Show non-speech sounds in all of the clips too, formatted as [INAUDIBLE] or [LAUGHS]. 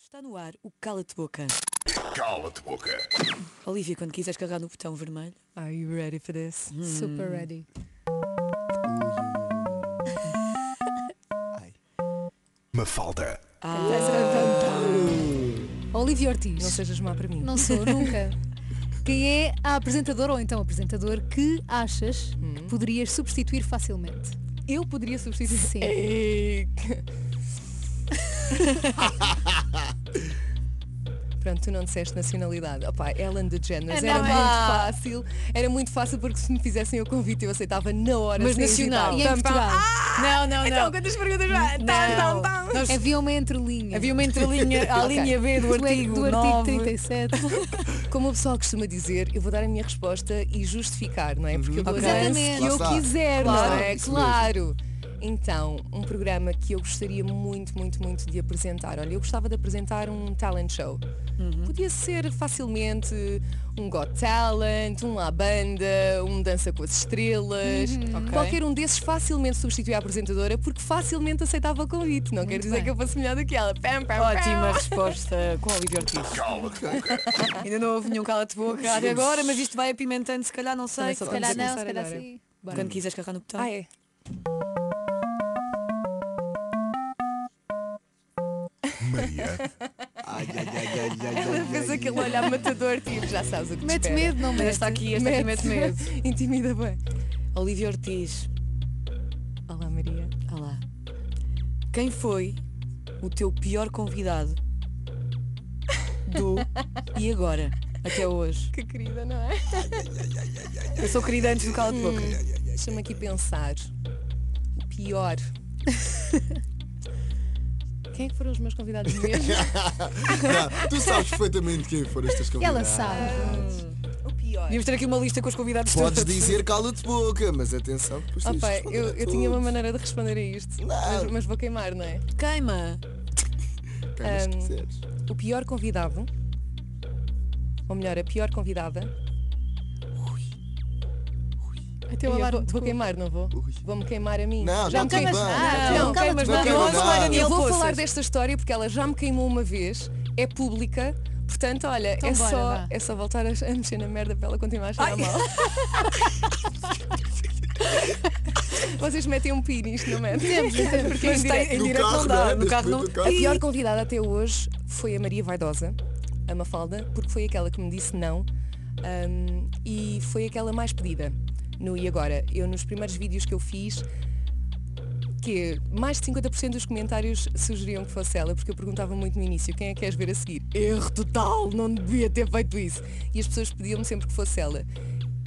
Está no ar o Cala-te Boca. Cala-te boca. Olivia, quando quiseres carregar no botão vermelho. Are you ready for this? Super ready. Mafalda. Olivia Ortiz. Não sejas má para mim. Não sou nunca. Quem é a apresentadora ou então apresentador que achas que poderias substituir facilmente? Eu poderia substituir. É, Sim. Ei. [LAUGHS] Pronto, tu não disseste nacionalidade. Opa, Ellen DeGeneres É, era não é? muito fácil. Era muito fácil porque se me fizessem o convite eu aceitava na hora. Mas sem nacional. Ah! hesitar. E Pam, em pam. Portugal? não, não, Então, quantas perguntas já? Tam, tam, tam. É- Nós- Havia uma entrelinha. Havia uma entrelinha, [LAUGHS] a [LAUGHS] Ok. linha B do do artigo, artigo, do artigo 9. 37. Como o pessoal costuma dizer, eu vou dar a minha resposta e justificar, não é? Porque eu dou Uhum. Ok. a chance que Exatamente. eu Lá está. quiser, Claro, não é? isso Claro. Então, um programa que eu gostaria muito, muito, muito de apresentar. Olha, eu gostava de apresentar um talent show. Podia ser facilmente um Got Talent, um La Banda, um Dança com as Estrelas. Ok. Qualquer um desses facilmente substituía a apresentadora porque facilmente aceitava o convite. Não quer dizer bem. que eu fosse melhor do que ela. Pam, pam, pam. Ótima resposta com a Olivia Ortiz. Cala-te boca. Ainda não houve nenhum cala-te boca até agora, mas isto vai apimentando, se calhar não sei. Também só Se calhar Vamos não, começar se calhar agora. sim. Quando quiseres carregar no botão. Ah, é? Maria. Ai, ai, ai, ai, ai, ai, Ela fez ai, aquele ai. olhar matador, tipo, já sabes o que te Mete espera. medo, não mete? Esta aqui, esta aqui mete medo. Intimida bem. é. Olivia Ortiz, Olá, Maria. olha lá. Quem foi o teu pior convidado do [LAUGHS] e agora? Até hoje. Que querida, não é? Eu sou querida antes do cala-te boca. Deixa-me aqui pensar. O pior. Quem é que foram os meus convidados [LAUGHS] mesmo? Tá, tu sabes perfeitamente quem foram estas Ela convidadas. sabe. o pior. Devíamos ter aqui uma lista com os convidados Podes todos. dizer cala-te boca, mas atenção, depois tens Opa, de responder eu, a eu tinha uma tudo. maneira de responder a isto, mas, mas vou queimar, não é? Queima. Queimas que Ahm, quiseres. O pior convidado, ou melhor, a pior convidada. Até o eu alarme vou, vou tocou. queimar, não vou? Ui. Vou-me queimar a mim. Não, já não me queimas queimei. nada. Não, Não queimas não, nada. eu vou Não. falar- Eu Daniel vou Poças. falar desta história porque ela já me queimou uma vez, é pública, portanto, olha, Então é, bora, só, vá. é só voltar a, [LAUGHS] a mexer na merda para ela continuar a achar mal. Vocês metem um pi nisto, não metem? Porque é Mas em tem- direto. em No direto não carro, dá. não é? No Neste carro não. momento, no A carro. Ih, pior convidada até hoje foi a Maria Vaidosa, a Mafalda, porque foi aquela que me disse não hum, e foi aquela mais pedida no E Agora. Eu nos primeiros vídeos que eu fiz, que mais de 50% dos comentários sugeriam que fosse ela, porque eu perguntava muito no início quem é que queres ver a seguir. Erro total, não devia ter feito isso. E as pessoas pediam-me sempre que fosse ela.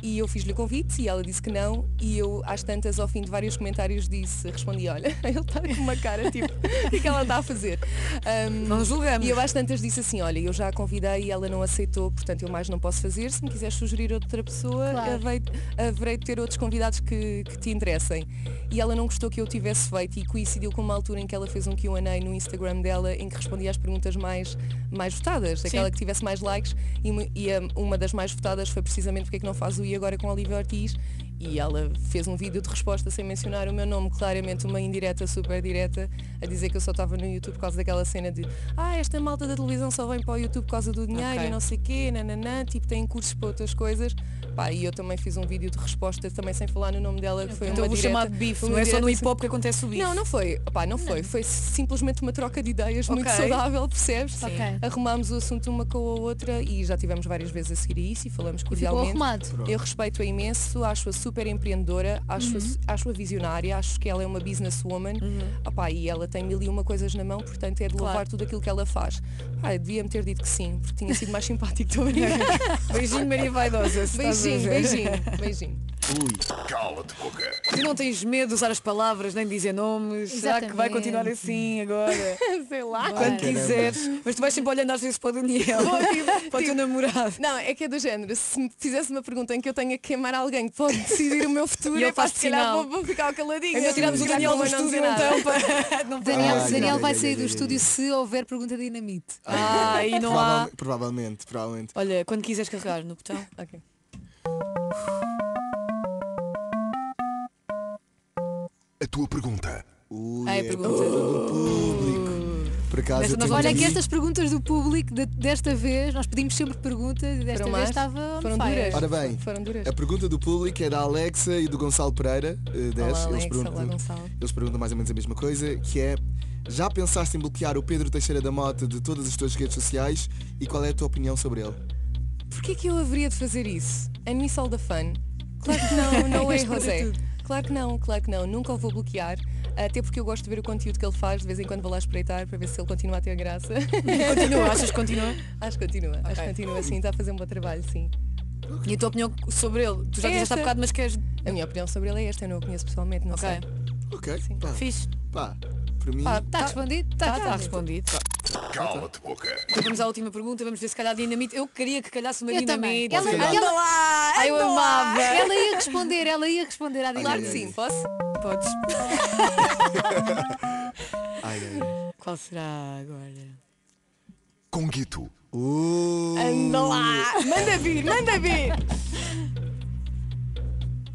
E eu fiz-lhe o convite e ela disse que não e eu às tantas ao fim de vários comentários disse, respondi, olha, [LAUGHS] ele está com uma cara tipo, o que é que ela está a fazer? Ahm, Não julgamos. e eu às tantas disse assim, olha, eu já a convidei e ela não aceitou, portanto eu mais não posso fazer. Se me quiseres sugerir outra pessoa, Claro. haverei, haverei de ter outros convidados que, que te interessem. E ela não gostou que eu tivesse feito e coincidiu com uma altura em que ela fez um Q&A no Instagram dela em que respondia às perguntas mais, mais votadas, aquela que tivesse mais likes e, mu- e, hum, uma das mais votadas foi precisamente porque é que não faz o I agora com a Olivia Ortiz e ela fez um vídeo de resposta sem mencionar o meu nome, claramente uma indireta super direta, a dizer que eu só estava no YouTube por causa daquela cena de ah, esta malta da televisão só vem para o YouTube por causa do dinheiro Ok. e não sei quê, nananã, tipo, tem cursos para outras coisas. Pá, e eu também fiz um vídeo de resposta também sem falar no nome dela, que foi Então uma vou direta, chamar de bife. uma Não é só indireta no hip hop que acontece o bife. não, não foi. Opá, não foi. Foi simplesmente uma troca de ideias muito Ok. saudável, percebes? Sim. Ok. Arrumámos o assunto uma com a outra e já tivemos várias vezes a seguir a isso e falamos Ficou cordialmente. arrumado. Eu respeito-a imenso, acho-a super empreendedora, acho-a Uhum. acho-a visionária, acho que ela é uma businesswoman Opá, e ela tem mil e uma coisas na mão, portanto é de louvar tudo aquilo que ela faz. Pá, devia-me ter dito que sim, porque tinha sido mais [LAUGHS] simpático também. [LAUGHS] Beijinho Maria Vaidosa. se estás a beijinho, ver. beijinho, [LAUGHS] beijinho. Cala-te boca. Tu não tens medo de usar as palavras nem dizer nomes. Será que vai Exatamente. continuar assim [LAUGHS] agora? Sei lá. Quando caramba. quiseres. Mas tu vais sempre olhando às vezes para o Daniel. [LAUGHS] para o teu namorado. Não, é que é do género. Se me fizesse uma pergunta em que eu tenha que queimar alguém que pode decidir o meu futuro, [LAUGHS] E ele é pá, faz se calhar sinal. vou, vou ficar caladinha. Ainda tiramos o Ficar Daniel com do uma não estúdio dizer nada. então para. Não para. Daniel, Ai, Daniel ai, vai ai, sair ai, do ai, estúdio se houver pergunta dinamite. Ah, e não há. Provavel- Provavelmente, provavelmente. Olha, quando quiseres carregar no botão. Ok. A tua pergunta. Ui, Ah, é é pergunta. todo o é público. Por para casa. Nesta nós temos Olha Sim. que isso. estas perguntas do público, de- desta vez, nós pedimos sempre perguntas e desta Foram vez más? estava on Foram fire. duras. Ora bem, Foram duras. a pergunta do público é da Alexa e do Gonçalo Pereira, eh, 10. Olá, eles, Alex, perguntam, olá, Gonçalo. eles perguntam mais ou menos a mesma coisa, que é já pensaste em bloquear o Pedro Teixeira da Mota de todas as tuas redes sociais e qual é a tua opinião sobre ele? Porquê que eu haveria de fazer isso? And miss all the fun. Claro que não, [LAUGHS] não é, José. Claro que não, claro que não. Nunca o vou bloquear. Até porque eu gosto de ver o conteúdo que ele faz. De vez em quando vou lá espreitar para ver se ele continua a ter [LAUGHS] graça. Continua, achas que continua? acho que continua. Acho Ok. que continua, sim. Está a fazer um bom trabalho, sim. E a tua opinião sobre ele? Tu já É disseste há esta. bocado, mas queres. A minha opinião sobre ele é esta. Eu não o conheço pessoalmente, não Ok. sei. Ok, pá, Fixe. pá, para mim, Pá, Está respondido? Está Está tá, respondido. Cala-te boca. Então vamos à última pergunta, vamos ver se calhar dinamite. Eu queria que calhasse uma Eu também. dinamite. Ela, calhar. ela- tá lá! Ai, eu amava! ela ia responder, ela ia responder à Claro dinâmica. que ai, sim. ai. Posso? Podes. ai, ai, ai. Qual será agora? Conguito. Uh, É Anda lá! Manda vir, manda vir!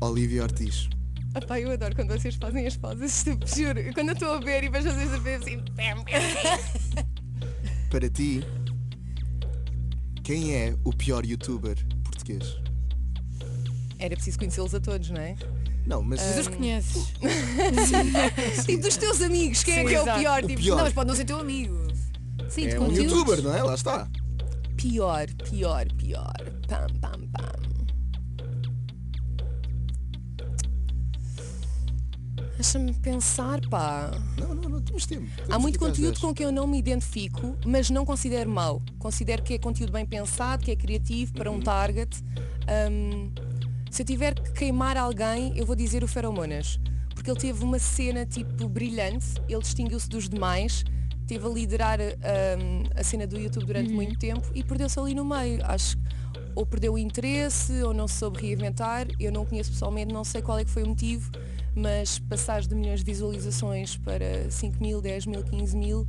Olivia Ortiz. Epá, eu adoro quando vocês fazem as pausas, tipo, [LAUGHS] juro. Quando eu estou a ver e vejo vocês a ver assim. Para ti, quem é o pior youtuber português? Era preciso conhecê-los a todos, não é? Não, mas Mas tu os conheces. Tipo, dos teus amigos, quem é Sim, que é o exato. pior? O Tipo, pior. Não, mas pode não ser teu amigo. Sim, de é um conteúdos. youtuber, não é? Lá está. pior, pior, pior. Pam, pam, pam. Deixa-me pensar, pá. Não, não, não temos tempo. Há Temos muito tempo até às conteúdo 10. com que eu não me identifico, mas não considero mau. Considero que é conteúdo bem pensado, que é criativo para um target. Hum, se eu tiver que queimar alguém, eu vou dizer o Feromonas. Porque ele teve uma cena tipo brilhante, ele distinguiu-se dos demais, teve a liderar hum, a cena do YouTube durante muito tempo e perdeu-se ali no meio. Acho que ou perdeu o interesse ou não soube reinventar. Eu não o conheço pessoalmente, não sei qual é que foi o motivo, mas passar de milhões de visualizações para 5 mil, 10 mil, 15 mil,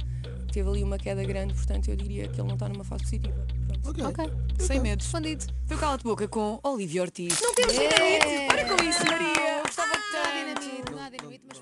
teve ali uma queda grande, portanto eu diria que ele não está numa fase positiva. Pronto. Ok. Ok, Sem medos. respondido. Foi o Cala-te Boca com Olivia Ortiz. É. temos dinamite. Para com isso, Maria! Não há dinamite, não há dinamite, mas